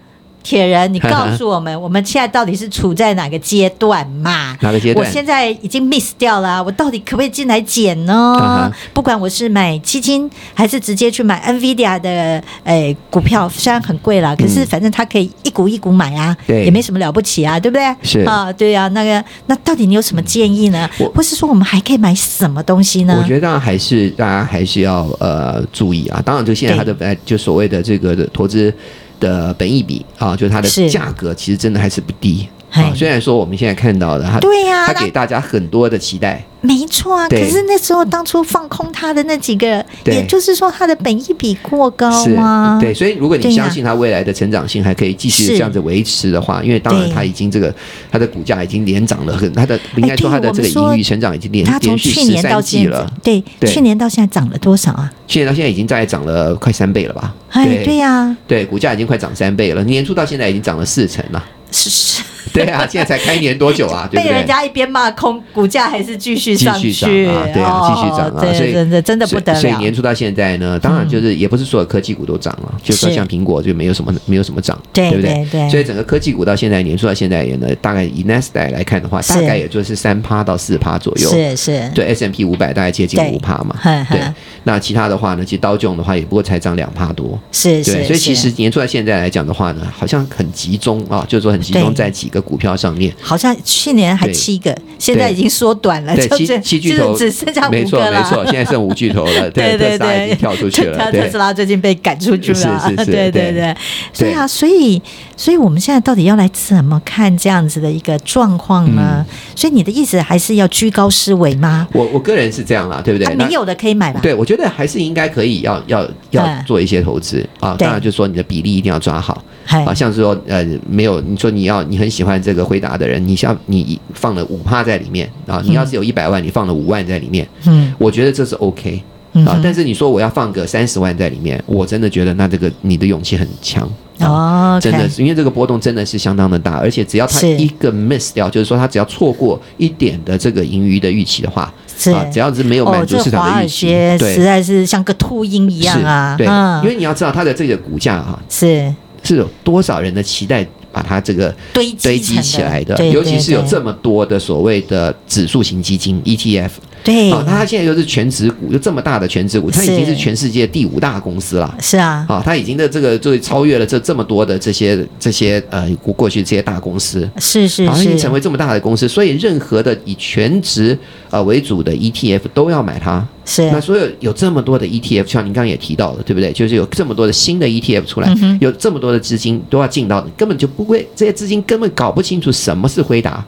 C: 铁人，你告诉我 们，我们现在到底是处在哪个阶段嘛？
D: 哪个阶段
C: 我现在已经 miss 掉了啊、我到底可不可以进来捡呢
D: 啊哈？
C: 不管我是买基金，还是直接去买 NVIDIA 的诶股票，虽然很贵啦，可是反正它可以一股一股买啊，
D: 嗯对
C: 也没什么了不起啊，对不对？
D: 是
C: 啊，对啊，那个，那到底你有什么建议呢
D: 我？
C: 或是说我们还可以买什么东西呢？
D: 我觉得当然还是大家还是要呃注意啊。当然，就现在它的呃就所谓的这个投资的本益比啊，就是它的
C: 是
D: 价格其实真的还是不低。啊
C: 嘿。
D: 虽然说我们现在看到的，他
C: 对呀、
D: 他
C: 那
D: 给大家很多的期待，
C: 没错啊。可
D: 对
C: 是那时候当初放空他的那几个，
D: 对
C: 也就是说他的本益比过高啊
D: 是
C: 吗？
D: 对，，所以如果
C: 哦
D: 你
C: 对呀
D: 相信它未来的成长性还可以继续
C: 是
D: 这样子维持的话，因为当然
C: 对哎
D: 它已经这个它的股价已经连涨了很，它的应该说它的这个
C: 对我们说
D: 盈余成长已经连
C: 他从
D: 连续
C: 去
D: 十
C: 年到
D: 三季
C: 现在
D: 了，，
C: 对，
D: 对
C: 去年到现在涨了多少啊？
D: 现在到现在已经大概涨了快三倍了吧？
C: 哎，对呀、
D: 对，股价已经快涨三倍了，年初到现在已经涨了四成 了。
C: 是是，
D: 对啊，现在才开年多久 啊？对不
C: 被
D: 对
C: 人？家一边骂空，股价还是继续
D: 继
C: 上
D: 续
C: 去，
D: 涨啊，对啊，继续涨
C: 哦
D: 啊，所
C: 对，
D: 以
C: 真的真的不得
D: 所以所以
C: 了。嗯
D: 年初到现在呢，当然就是也不是所有科技股都涨了，就是说
C: 是
D: 像苹果就没有什么没有什么涨，
C: 对
D: 不
C: 对对
D: 所以整个科技股到现在年初到现在也呢，大概以 n a s d a q 来看的话，
C: 是
D: 大概也就是三趴到四趴左右，
C: 是是，
D: 对 S M P 五百大概接近
C: 对
D: 五趴嘛
C: 哼，哼
D: 对。那其他的话呢，其实刀琼的话也不过才涨两趴多，
C: 是是
D: 对，，所以其
C: 是
D: 实年初到现在来讲的话呢，好像很集中啊，就是说很集中
C: 对
D: 在几个股票上面。
C: 好像去年还
D: 对
C: 七个，现在已经缩短了，
D: 对，
C: 呃就
D: 七
C: 是
D: 七
C: 就
D: 巨
C: 是
D: 头
C: 只剩下五
D: 没错
C: 个
D: 没
C: 了。
D: 错，现在剩五巨头 了，
C: 对
D: 特
C: 对
D: 斯拉已
C: 对，
D: 经跳 出去了，
C: 特特
D: 对
C: 斯。拉最近被赶出去了，
D: 是是是
C: 对对
D: 对
C: 对，所以啊，所以所以我们现在到底要来怎么看这样子的一个状况呢？
D: 嗯
C: 所以你的意思还是要居高思维吗？
D: 我我个人是这样啦，对不对？
C: 啊，
D: 那
C: 你有的可以买吧？
D: 对，我觉得还是应该可以要要要
C: 嗯
D: 做一些投资啊，
C: 对
D: 当然就是说你的比例一定要抓好
C: 嘿，
D: 啊，像是说呃没有你说你要你很喜欢这个回答的人，你像你放了五趴在里面啊，你要是有一百万，你放了五万在里面，
C: 嗯
D: 我觉得这是 OK
C: 嗯
D: 啊
C: 哼，
D: 但是你说我要放个三十万在里面，我真的觉得那这个你的勇气很强啊。
C: 哦，
D: 真的是，因为这个波动真的是相当的大，而且只要它
C: 是
D: 一个 miss 掉，就是说它只要错过一点的这个盈余的预期的话，
C: 是
D: 啊，只要是没有
C: 哦，
D: 满
C: 这
D: 足市
C: 华
D: 场的
C: 尔
D: 预期，
C: 街
D: 对
C: 实，在是像个秃鹰一样啊，
D: 是对、
C: 嗯
D: 因为你要知道它的这个股价哈、
C: 是
D: 是有多少人的期待把它这个
C: 堆积
D: 堆积
C: 成
D: 起
C: 的
D: 来的，
C: 对
D: 尤
C: 对
D: 其是有
C: 对
D: 这么多的所谓的指数型基金，E ETF，
C: 对，
D: 啊，那它现在又是全指股，又这么大的全指股，它已经
C: 嗯是
D: 是全世界第五大公司了。
C: 是啊，
D: 啊，它已经的这个就超越了这这么多的这些这些呃过过去这些大公司，啊
C: 是是
D: 好像已经
C: 是，
D: 成为这么大的公司，所以任何的以全职呃为主的 ETF 都要买它。
C: 是
D: 那所有有这么多的 ETF，像您刚刚也提到了，对不对？就是有这么多的新的 ETF 出来，
C: 嗯
D: 有这么多的资金都要进到，根本就不会，这些资金根本搞不清楚什么是辉达，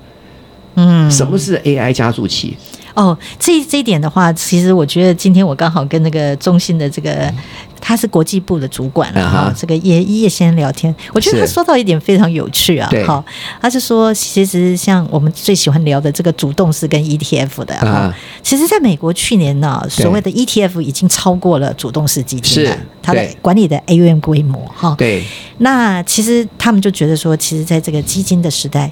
C: 嗯，
D: 什么是 AI 加速器。
C: 哦，这这一点的话，其实我觉得今天我刚好跟那个中信的这个。他是国际部的主管了
D: 嗯啊
C: 哈
D: 哈，
C: 这个叶叶先生聊天，我觉得他
D: 是
C: 说到一点非常有趣啊
D: 对，
C: 好，他就说其实像我们最喜欢聊的这个主动式跟 ETF 的哈
D: 啊，
C: 其实在美国去年呢，所谓的 ETF 已经超过了主动式基金了
D: 是，
C: 它的
D: 对
C: 管理的 AUM 规模哈，
D: 对，
C: 那其实他们就觉得说，其实在这个基金的时代，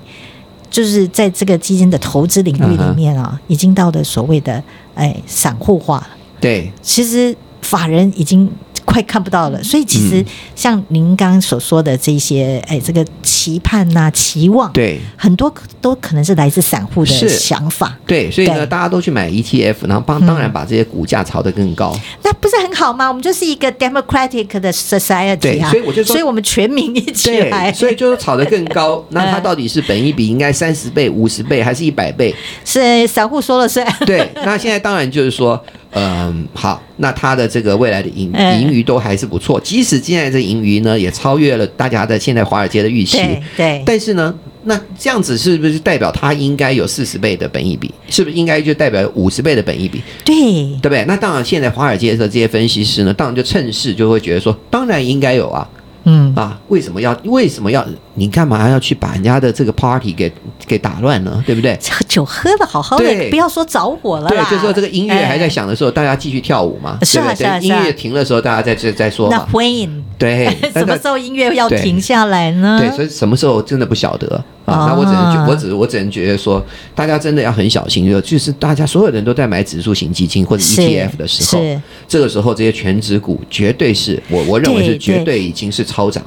C: 就是在这个基金的投资领域里面
D: 嗯
C: 啊，已经到了所谓的哎散户化，
D: 对，
C: 其实法人已经。快看不到
D: 嗯
C: 了，所以其实像您刚刚所说的这些，哎，这个期盼呐、期望，
D: 对。
C: 很多都可能是来自散户的
D: 是
C: 想法，
D: 对，所以
C: 对嗯
D: 呢，大家都去买 ETF，然后帮当然把这些股价炒得更高。
C: 那不是很好吗？我们就是一个 democratic 的 society 啊，
D: 对所以我就说
C: 所以我们全民一起来，
D: 对，所以就是炒得更 高。那它
C: 嗯
D: 到底是本一比应该三十倍、五十倍还是一 百倍？
C: 是散户说了算，
D: 对，那现在当然就是说，嗯，好，那它的这个未来的盈
C: 嗯
D: 盈余都还是不错，即使现在这盈余呢也超越了大家的现在华尔街的预期，
C: 对对，
D: 但是呢，那这样子是不是代表它应该有四十倍的本益比？是不是应该就代表五十倍的本益比？
C: 对
D: 对不对？那当然，现在华尔街的这些分析师呢，当然就趁势就会觉得说，当然应该有啊
C: 嗯，
D: 啊，为什么要为什么要你干嘛要去把人家的这个 party 给给打乱呢？对不对？
C: 这酒喝的好好的，
D: 对
C: 不要说着火了啦。
D: 对，就是说这个音乐还在
C: 哎，
D: 响的时候，大家继续跳舞嘛，
C: 是
D: 对
C: 啊
D: 不
C: 是
D: 对？
C: 啊
D: 等
C: 是啊
D: 音乐停的时候，大家再再再说
C: 那
D: 嘛。
C: When，
D: 对
C: 什么时候音乐要停下来呢？
D: 对，所以什么时候真的不晓得
C: 啊
D: 啊？那我只能觉，我只我只能觉得说，大家真的要很小心，就就是大家所有人都在买指数型基金或者
C: 是
D: ETF E 的时候
C: 是，
D: 这个时候这些全指股绝对是我我认为
C: 对
D: 是绝
C: 对
D: 对已经是超涨，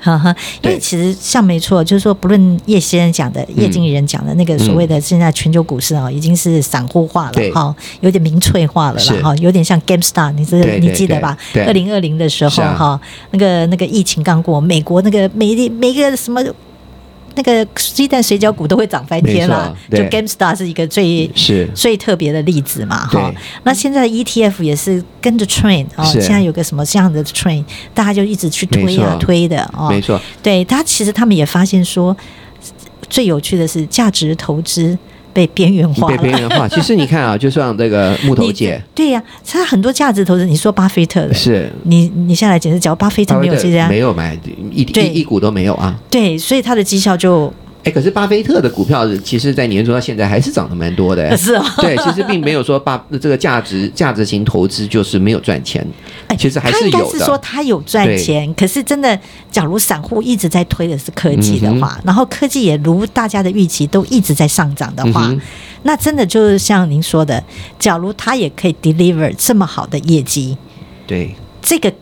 C: 哈哈，因为
D: 对嗯
C: 其实像没错，就是说，不论叶先生讲的、叶经理人讲的那个所谓的现在全球股市啊、已经是散户化了
D: 对
C: 哈、有点民粹化了啦
D: 是
C: 哈，有点像 GameStar，你知
D: 对对
C: 你记得吧？
D: 对
C: 二
D: 对
C: 零二零的时
D: 是
C: 候
D: 啊
C: 哈、那个那个疫情刚过，美国那个每一每一个什么。那个鸡蛋水饺股都会涨翻天啦，
D: 没
C: 就
D: 错
C: GameStar 是一个最
D: 是
C: 最特别的例子嘛，哈
D: 对。
C: 那现在 ETF 也是跟着 train 哦，
D: 是
C: 现在有个什么这样的 train，大家就一直去推
D: 没
C: 啊
D: 错
C: 推的哦，
D: 没错，
C: 对他，其实他们也发现说，最有趣的是价值投资被边缘化
D: 被
C: 了。
D: 边缘 化。其实你看啊，就像这个木头
C: 你
D: 姐
C: 对呀、他很多价值投资，你说巴菲特的，
D: 是，
C: 你你下来解释，只要巴菲特
D: 巴
C: 没
D: 菲
C: 有
D: 特
C: 这家，
D: 没有买一
C: 对
D: 一一股都没有啊。
C: 对，所以他的绩效就
D: 哎，可是巴菲特的股票其实，在年初到现在还是涨得蛮多的、 哎
C: 是哦，
D: 对，其实并没有说巴这个价值价值型投资就是没有赚钱，其实还
C: 哎他
D: 是
C: 应该
D: 有
C: 是
D: 的。啊
C: 说他有赚钱，可是真的，假如散户一直在推的是科技的
D: 嗯
C: 话，然后科技也如大家的预期都一直在上涨的话，
D: 嗯哼
C: 那真的就是像您说的，假如他也可以 deliver 这么好的业绩，
D: 对，
C: 这个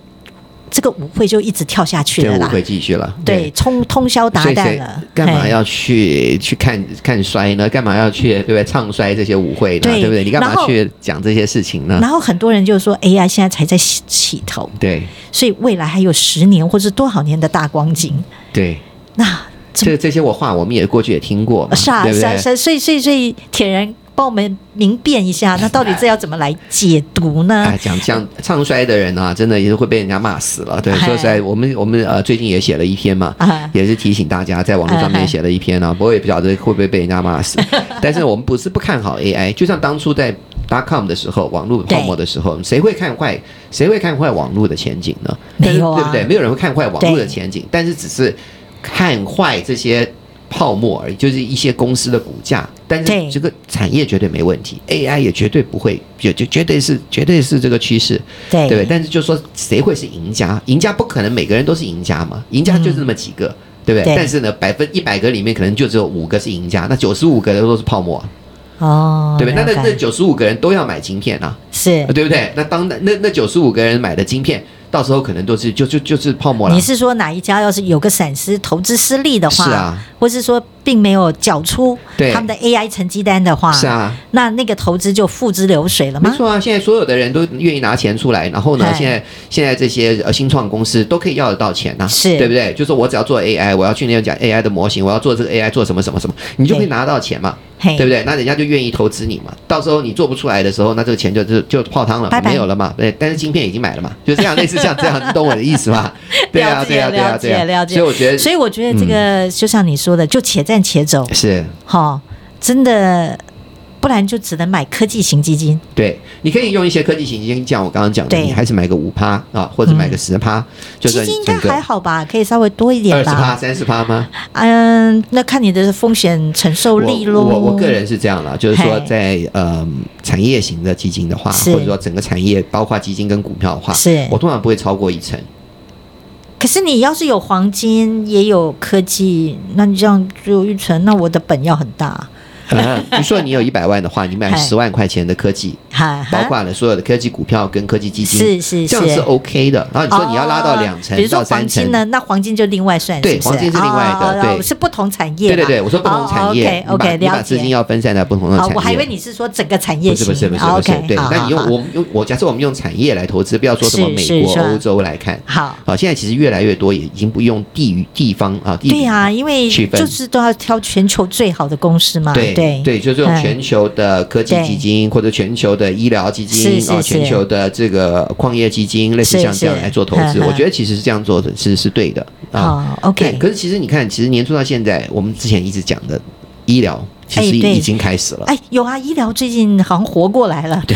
C: 这个舞会就一直跳下去
D: 这
C: 了
D: 舞
C: 啦，
D: 会继续了。
C: 对，冲通宵达
D: 所以
C: 旦
D: 谁
C: 了，
D: 干嘛
C: 嘿
D: 要去去看看衰呢？干嘛要去对不对唱衰这些舞会呢？
C: 对
D: 对不对？你干
C: 然后
D: 嘛去讲这些事情呢？
C: 然后很多人就说 AI 现在才在起起头，
D: 对
C: 所以未来还有十年或是多少年的大光景，
D: 对，
C: 那怎么
D: 这这些我话我们也过去也听过嘛，
C: 是啊
D: 对不
C: 是啊
D: 对？
C: 是啊，所以所以所以铁人帮我们明辨一下，那到底这要怎么来解读呢
D: 哎，？讲讲唱衰的人啊，真的也是会被人家骂死了。对，
C: 哎
D: 说实在，我们我们呃最近也写了一篇嘛，
C: 啊
D: 也是提醒大家，在网络上
C: 哎哎
D: 面写了一篇啊，我也不晓得会不会被人家 骂死。但是我们不是不看好 AI，就像当初在 dot com 的时候，网络
C: 对
D: 泡沫的时候，谁会看坏谁会看坏网络的前景呢？
C: 没有啊
D: 但是对不对？没有人会看坏网络
C: 对
D: 的前景，但是只是看坏这些。泡沫而已，就是一些公司的股价，但
C: 对
D: 是这个产业绝对没问题，AI 也绝对不会，也就绝对是绝对是这个趋势。
C: 对
D: 对，但是就说谁会是赢家？赢家不可能每个人都是赢家嘛，赢家就是那么几个，对不
C: 嗯
D: 对？
C: 对
D: 但是呢，百分一百个里面可能就只有五个是赢家，那九十五个人都是泡沫啊，
C: 哦，
D: 对不对？那
C: 了
D: 那
C: 解
D: 那九十五个人都要买晶片啊，
C: 是
D: 对不对？那当然，那那九十五个人买的晶片，到时候可能都是就就就是泡沫了
C: 你。是说哪一家要是有个闪失、投资失利的话，
D: 是啊
C: 或是说并没有缴出
D: 对
C: 他们的 AI 成绩单的话，
D: 是啊，
C: 那那个投资就付之流水了
D: 没
C: 吗？
D: 错啊，现在所有的人都愿意拿钱出来，然后呢
C: 哎，
D: 现在现在这些呃新创公司都可以要得到钱呐、
C: 是
D: 对不对？就是我只要做 AI，我要去那边讲 AI 的模型，我要做这个 AI 做什么什么什么，你就可以
C: 对哎
D: 拿到钱嘛，
C: 嘿
D: 对不对？那人家就愿意投资你嘛。到时候你做不出来的时候，那这个钱就就就泡汤了嘛，
C: 拜拜
D: 没有了嘛。对，但是晶片已经买了嘛，就这样，类似像这样，你懂我的意思吧？对啊，
C: 了解
D: 对啊，对啊，
C: 了解
D: 对
C: 了
D: 啊。
C: 解
D: 所以我觉得
C: 所以我觉得这
D: 嗯
C: 个、就像你说的，就且战且走，
D: 是。
C: 哈、真的，不然就只能买科技型基金。
D: 对，你可以用一些科技型基金，像我刚刚讲的，
C: 对嗯
D: 你还是买个五趴啊，或者买个十趴，就是
C: 基金应该
D: 整个
C: 还好吧，可以稍微多一
D: 二
C: 点
D: 十趴、
C: 吧。
D: 三十趴吗？
C: 嗯，那看你的风险承受力
D: 我
C: 喽。
D: 我我个人是这样啦，就是说
C: 嘿
D: 在呃产业型的基金的话，
C: 是
D: 或者说整个产业包括基金跟股票的话，
C: 是
D: 我通常不会超过 一成。
C: 可是你要是有黄金，也有科技，那你这样只有预存，那我的本要很大。
D: 啊你说你有一百万的话，你买
C: 嘿
D: 十万块钱的科技，
C: 哈，
D: 包括了所有的科技股票跟科技基金，
C: 是是
D: 这样
C: 是
D: 是 OK 的。然后你说你要拉到两成
C: 哦比如说
D: 到
C: 黄
D: 三成
C: 金，呢，那黄金就另外算，
D: 对
C: 是不
D: 黄金是另外的
C: 哦哦哦
D: 对
C: 是不同产业
D: 对
C: 嘛。
D: 对对，我说不同产业，
C: OK
D: 你把
C: OK，
D: 你把
C: 哦了
D: 资金
C: 解。
D: 要分散在不同的
C: 哦
D: 产，业。
C: 我还以为你是说整个产业
D: 不是
C: 型，哦
D: 不是不是不是
C: OK，，
D: 对。
C: 好
D: 那你用
C: 好
D: 我们用我假设我们用产业来投资，不要说什么
C: 是
D: 美
C: 是
D: 国、
C: 是啊
D: 欧洲来看。
C: 好。
D: 好，啊现在其实越来越多也已经不用地域地方啊，地
C: 对
D: 理
C: 呀、因为
D: 区分
C: 就是都要挑全球最好的公司嘛。
D: 对
C: 对
D: 就是用
C: 嗯
D: 全球的科技基金或者全球的医疗基金
C: 是是
D: 啊，
C: 是
D: 全球的这个矿业基金，类似
C: 是
D: 像这样
C: 是
D: 来做投资，
C: 嗯嗯
D: 我觉得其实是这样做的是是对的啊。
C: 哦，OK
D: 对可是其实你看，其实年初到现在，我们之前一直讲的医疗，其
C: 哎
D: 实
C: 对
D: 已经开始了。
C: 哎，有啊，医疗最近好像活过来了。对，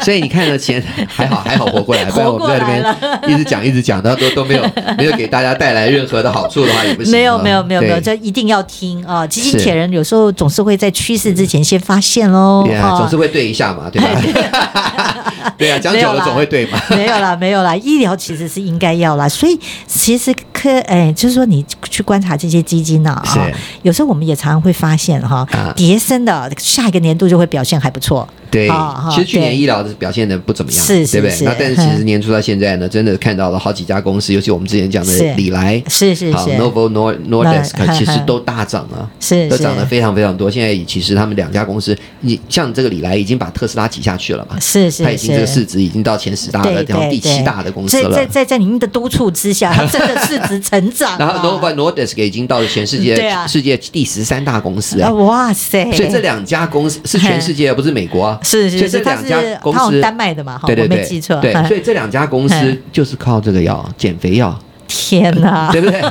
D: 所以你看了 前还好还好活过来，不然
C: 活
D: 我
C: 过
D: 们在
C: 来
D: 这边一直讲一直讲，然后都都没有没有给大家带来任何的好处的话，也不行 啊。
C: 没有没有没有没有，
D: 对
C: 这一定要听啊！基金
D: 是
C: 铁人有时候总是会在趋势之前先发现喽。
D: 对啊，
C: 啊
D: 总是会对一下嘛，对吧？ 对啊，讲久
C: 哎 没有
D: 了
C: 啦
D: 总会对嘛。
C: 没有啦，没有 啦，医疗其实是应该要啦，所以其实科，哎，就是说你去观察这些基金呢、啊，
D: 是
C: 有时候我们也常常会发现哈、
D: 啊
C: 叠升的下一个年度就会表现还不错，
D: 对
C: 啊哈，
D: 其实去
C: 对
D: 年医疗的表现的不怎么样，
C: 是是
D: 对不
C: 是
D: 对？那但是其实
C: 嗯
D: 年初到现在呢，真的看到了好几家公司，尤其我们之前讲
C: 是
D: 的李来。
C: 是是
D: 好
C: 是
D: ，Novo Nor
C: 那
D: Nordisk 其实
C: 嗯嗯
D: 都大涨啊，
C: 是
D: 都
C: 是
D: 涨得非常非常多。现在已其实他们两家公司，你像这个李来已经把特斯拉挤下去了嘛，
C: 是是
D: 它已经
C: 是
D: 这个市值已经到前十大了，
C: 对
D: 然后
C: 对
D: 第七
C: 对
D: 大的公司
C: 在在
D: 了。
C: 在在您的督促之下， 它真的市值成长、啊。
D: 然后 Novo Nordisk 已经到了全世界
C: 对啊
D: 世界第十三大公司
C: 啊
D: 啊，
C: 哇塞！
D: 所以这两家公司是全世界，不是美国啊。
C: 是是
D: 所以
C: 是，
D: 这
C: 它
D: 两
C: 是
D: 家公
C: 它好像
D: 司，
C: 丹麦的嘛，哈
D: 对对
C: 我
D: 对，
C: 没记错。
D: 对
C: 嗯，
D: 所以这两家公司
C: 嗯
D: 就是靠这个药减肥药，
C: 天哪！
D: 对不对？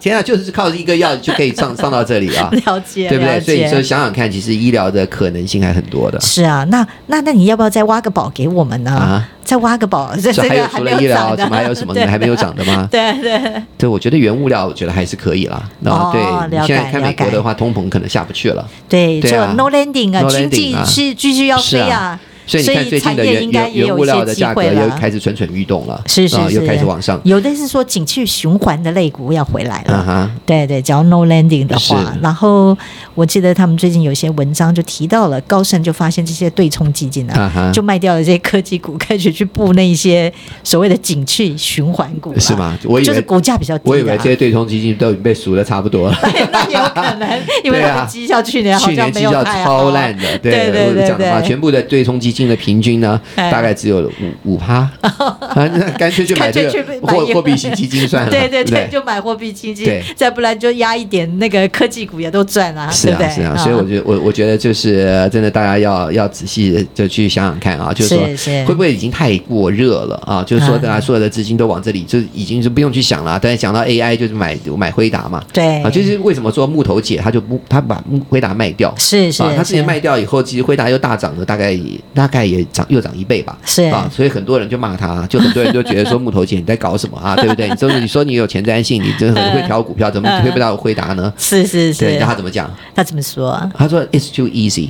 D: 天啊，就是靠一个药就可以上上到这 里啊，
C: 了解，
D: 对不
C: 了
D: 对？所以
C: 解。
D: 说想想看，其实医疗的可能性还很多的。
C: 是啊，那那那你要不要再挖个宝给我们呢？
D: 啊
C: 再挖个宝， 这
D: 这
C: 这
D: 还有
C: 个还
D: 除
C: 没
D: 了医
C: 有
D: 疗，
C: 涨
D: 啊
C: 的，
D: 怎么还有什 么
C: 对
D: 还没有啊涨的吗？
C: 对对，
D: 对，我觉得原物料，我觉得还是可以啦。
C: 哦
D: 啊，对，
C: 了
D: 你现在
C: 解
D: 看
C: 了
D: 美国
C: 解
D: 的话，通膨可能下不去了。
C: 对，
D: 对
C: 就
D: 啊
C: no landing 啊，
D: no
C: 经
D: landing
C: 济
D: 啊
C: 是继续要
D: 是
C: 飞
D: 啊
C: 啊，
D: 所以你
C: 所
D: 看，
C: 以
D: 最近的
C: 产业
D: 原
C: 应该
D: 原
C: 也有
D: 原物料的价格
C: 一些机会
D: 又
C: 啦
D: 开始蠢蠢欲动了，
C: 是是
D: 啊
C: 是，
D: 又开始往上。
C: 有的是说景气循环的类股要回来了，
D: 嗯哼，
C: 对对，只要 no landing 的话
D: 是，
C: 然后我记得他们最近有一些文章就提到了，高盛就发现这些对冲基金啊，
D: 啊哈
C: 就卖掉了这些科技股，开始去布那一些所谓的景气循环股、啊，
D: 是？吗？我以
C: 就是
D: 为
C: 股价比较低的、啊，
D: 我以 为这些对冲基金都已经被数的差不多了。
C: 那有可 能，因为
D: 对
C: 他
D: 啊
C: 们绩效去哎年好
D: 去
C: 像
D: 年
C: 没
D: 绩
C: 有
D: 效
C: 太好啊
D: 超烂的，
C: 对
D: 我
C: 对对
D: 讲的话，
C: 对
D: 全部的对冲基金的平均呢，
C: 哎
D: 大概只有五五趴， 啊，那干脆就买这
C: 干脆
D: 个
C: 去买
D: 货
C: 一个
D: 货币型基金算了，
C: 对对
D: 对不
C: 对，就买货币基金
D: 对，
C: 再不然就压一点那个科技股也都赚啊，
D: 是
C: 对不对？
D: 啊，是啊，所以我觉得我我觉得就是呃真的，大家要要仔细的就去想想看啊，就是说
C: 是是
D: 会不会已经太过热了啊？就是说，
C: 嗯
D: 大家所有的资金都往这里，就已经是不用去想了。但是想到 AI，就是买买辉达嘛，
C: 对
D: 啊，就是为什么说木头姐她就不她把木辉达卖掉，
C: 是是
D: 啊，它之前
C: 是
D: 卖掉以后，其实辉达又大涨了，大概大概也涨又涨一倍吧。
C: 是
D: 啊，所以很多人就骂他，就很多人就觉得说木头姐你在搞什么 啊，对不对？你就是你说你有前瞻性，你真的很会挑股票，怎么你推不到辉达呢？
C: 是嗯是
D: 对，
C: 是
D: 那，他怎么讲？
C: 他怎么说？啊
D: 他说 It's too easy。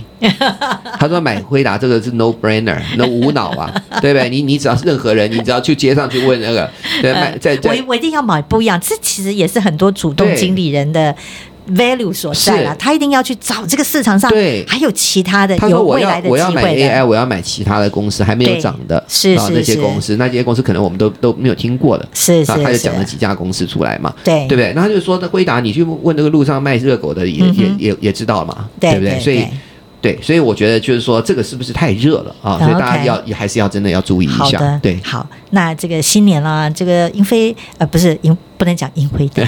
D: 他说买辉达这个是 no brainer，那无脑啊， 对不对？你你只要是任何人，你只要去街上去问那个，对，买在在
C: 嗯呃我我一定要买不一样，这其实也是很多主动
D: 对
C: 经理人的 value 所在啦
D: 是。
C: 他一定要去找这个市场上
D: 对
C: 还有其他的
D: 他
C: 有
D: 说我
C: 未
D: 要
C: 来的
D: 我
C: 机
D: 要买
C: 会的。
D: AI，我要买其他的公司还没有
C: 对
D: 涨的，
C: 是
D: 然后
C: 是
D: 那些
C: 是
D: 公司，那些公司可能我们都都没有听过的，
C: 是
D: 那
C: 是
D: 啊他就是讲了几家公司出来嘛，
C: 对
D: 对不对？那他就说，那辉达你去问那个路上卖热狗的也、
C: 嗯
D: 也
C: 哼
D: 也也知道嘛，
C: 对
D: 不对？
C: 对
D: 所以
C: 对哦
D: 对，所以我觉得就是说这个是不是太热了啊？所以大家
C: OK
D: 要也还是要真的要注意一
C: 好
D: 下
C: 的，，
D: 对。
C: 好，那这个新年啦，这个英飞呃不是英不能讲英辉 达，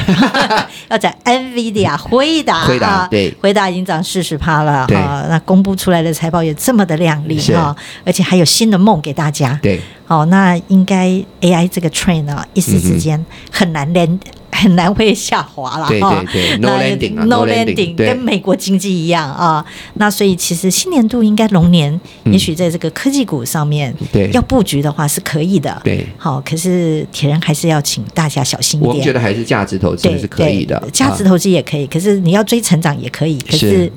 C: 要讲 NVIDIA 辉达，
D: 辉达
C: 啊
D: 对
C: 辉达已经涨四十趴了
D: 对
C: 啊，那公布出来的财报也这么的亮丽
D: 是
C: 啊，而且还有新的梦给大家，
D: 对，
C: 哦，那应该 AI 这个 train 啊，一时之间很难连。很难会下滑了
D: 对
C: 哈
D: 对对
C: 哦那
D: no landing
C: no
D: 啊 no landing，
C: landing，
D: 对
C: 跟美国经济一样啊。那所以其实新年度应该龙年，
D: 嗯
C: 也许在这个科技股上面
D: 对
C: 要布局的话是可以的。
D: 对
C: 好，可是铁人还是要请大家小心一
D: 我们觉
C: 点。
D: 得还是价值投资
C: 对，
D: 是可以的
C: 对，价值
D: 啊
C: 投资也可以，可是你要追成长也可以，可是
D: 是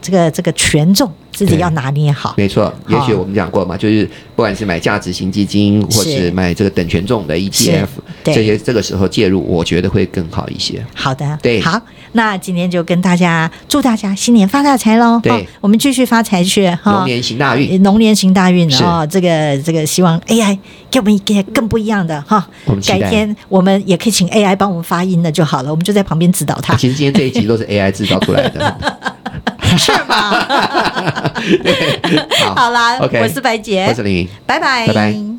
C: 这个这个权重自己
D: 对
C: 要拿捏好。
D: 没错，也
C: 好
D: 许我们讲过嘛，就是不管是买价值型基金，或
C: 是
D: 是买这个等权重的 ETF，
C: 对
D: 这些这个时候介入，我觉得会更好一些。
C: 好的，
D: 对
C: 好，那今天就跟大家祝大家新年发大财喽！
D: 对
C: 哈我们继续发财去哈。
D: 龙年行大运，
C: 龙年行大运
D: 是
C: 哦，这个这个希望 AI 给我们一个更不一样的哈
D: 我们。期
C: 改
D: 待
C: 天我们也可以请 AI 帮我们发音的就好了，我们就在旁边指导他
D: 啊，其实今天这一集都是 AI 制造出来的。
C: 是吗？
D: 好
C: 好啦
D: OK
C: 我是白洁
D: 我是林云。
C: 拜拜，
D: 拜拜。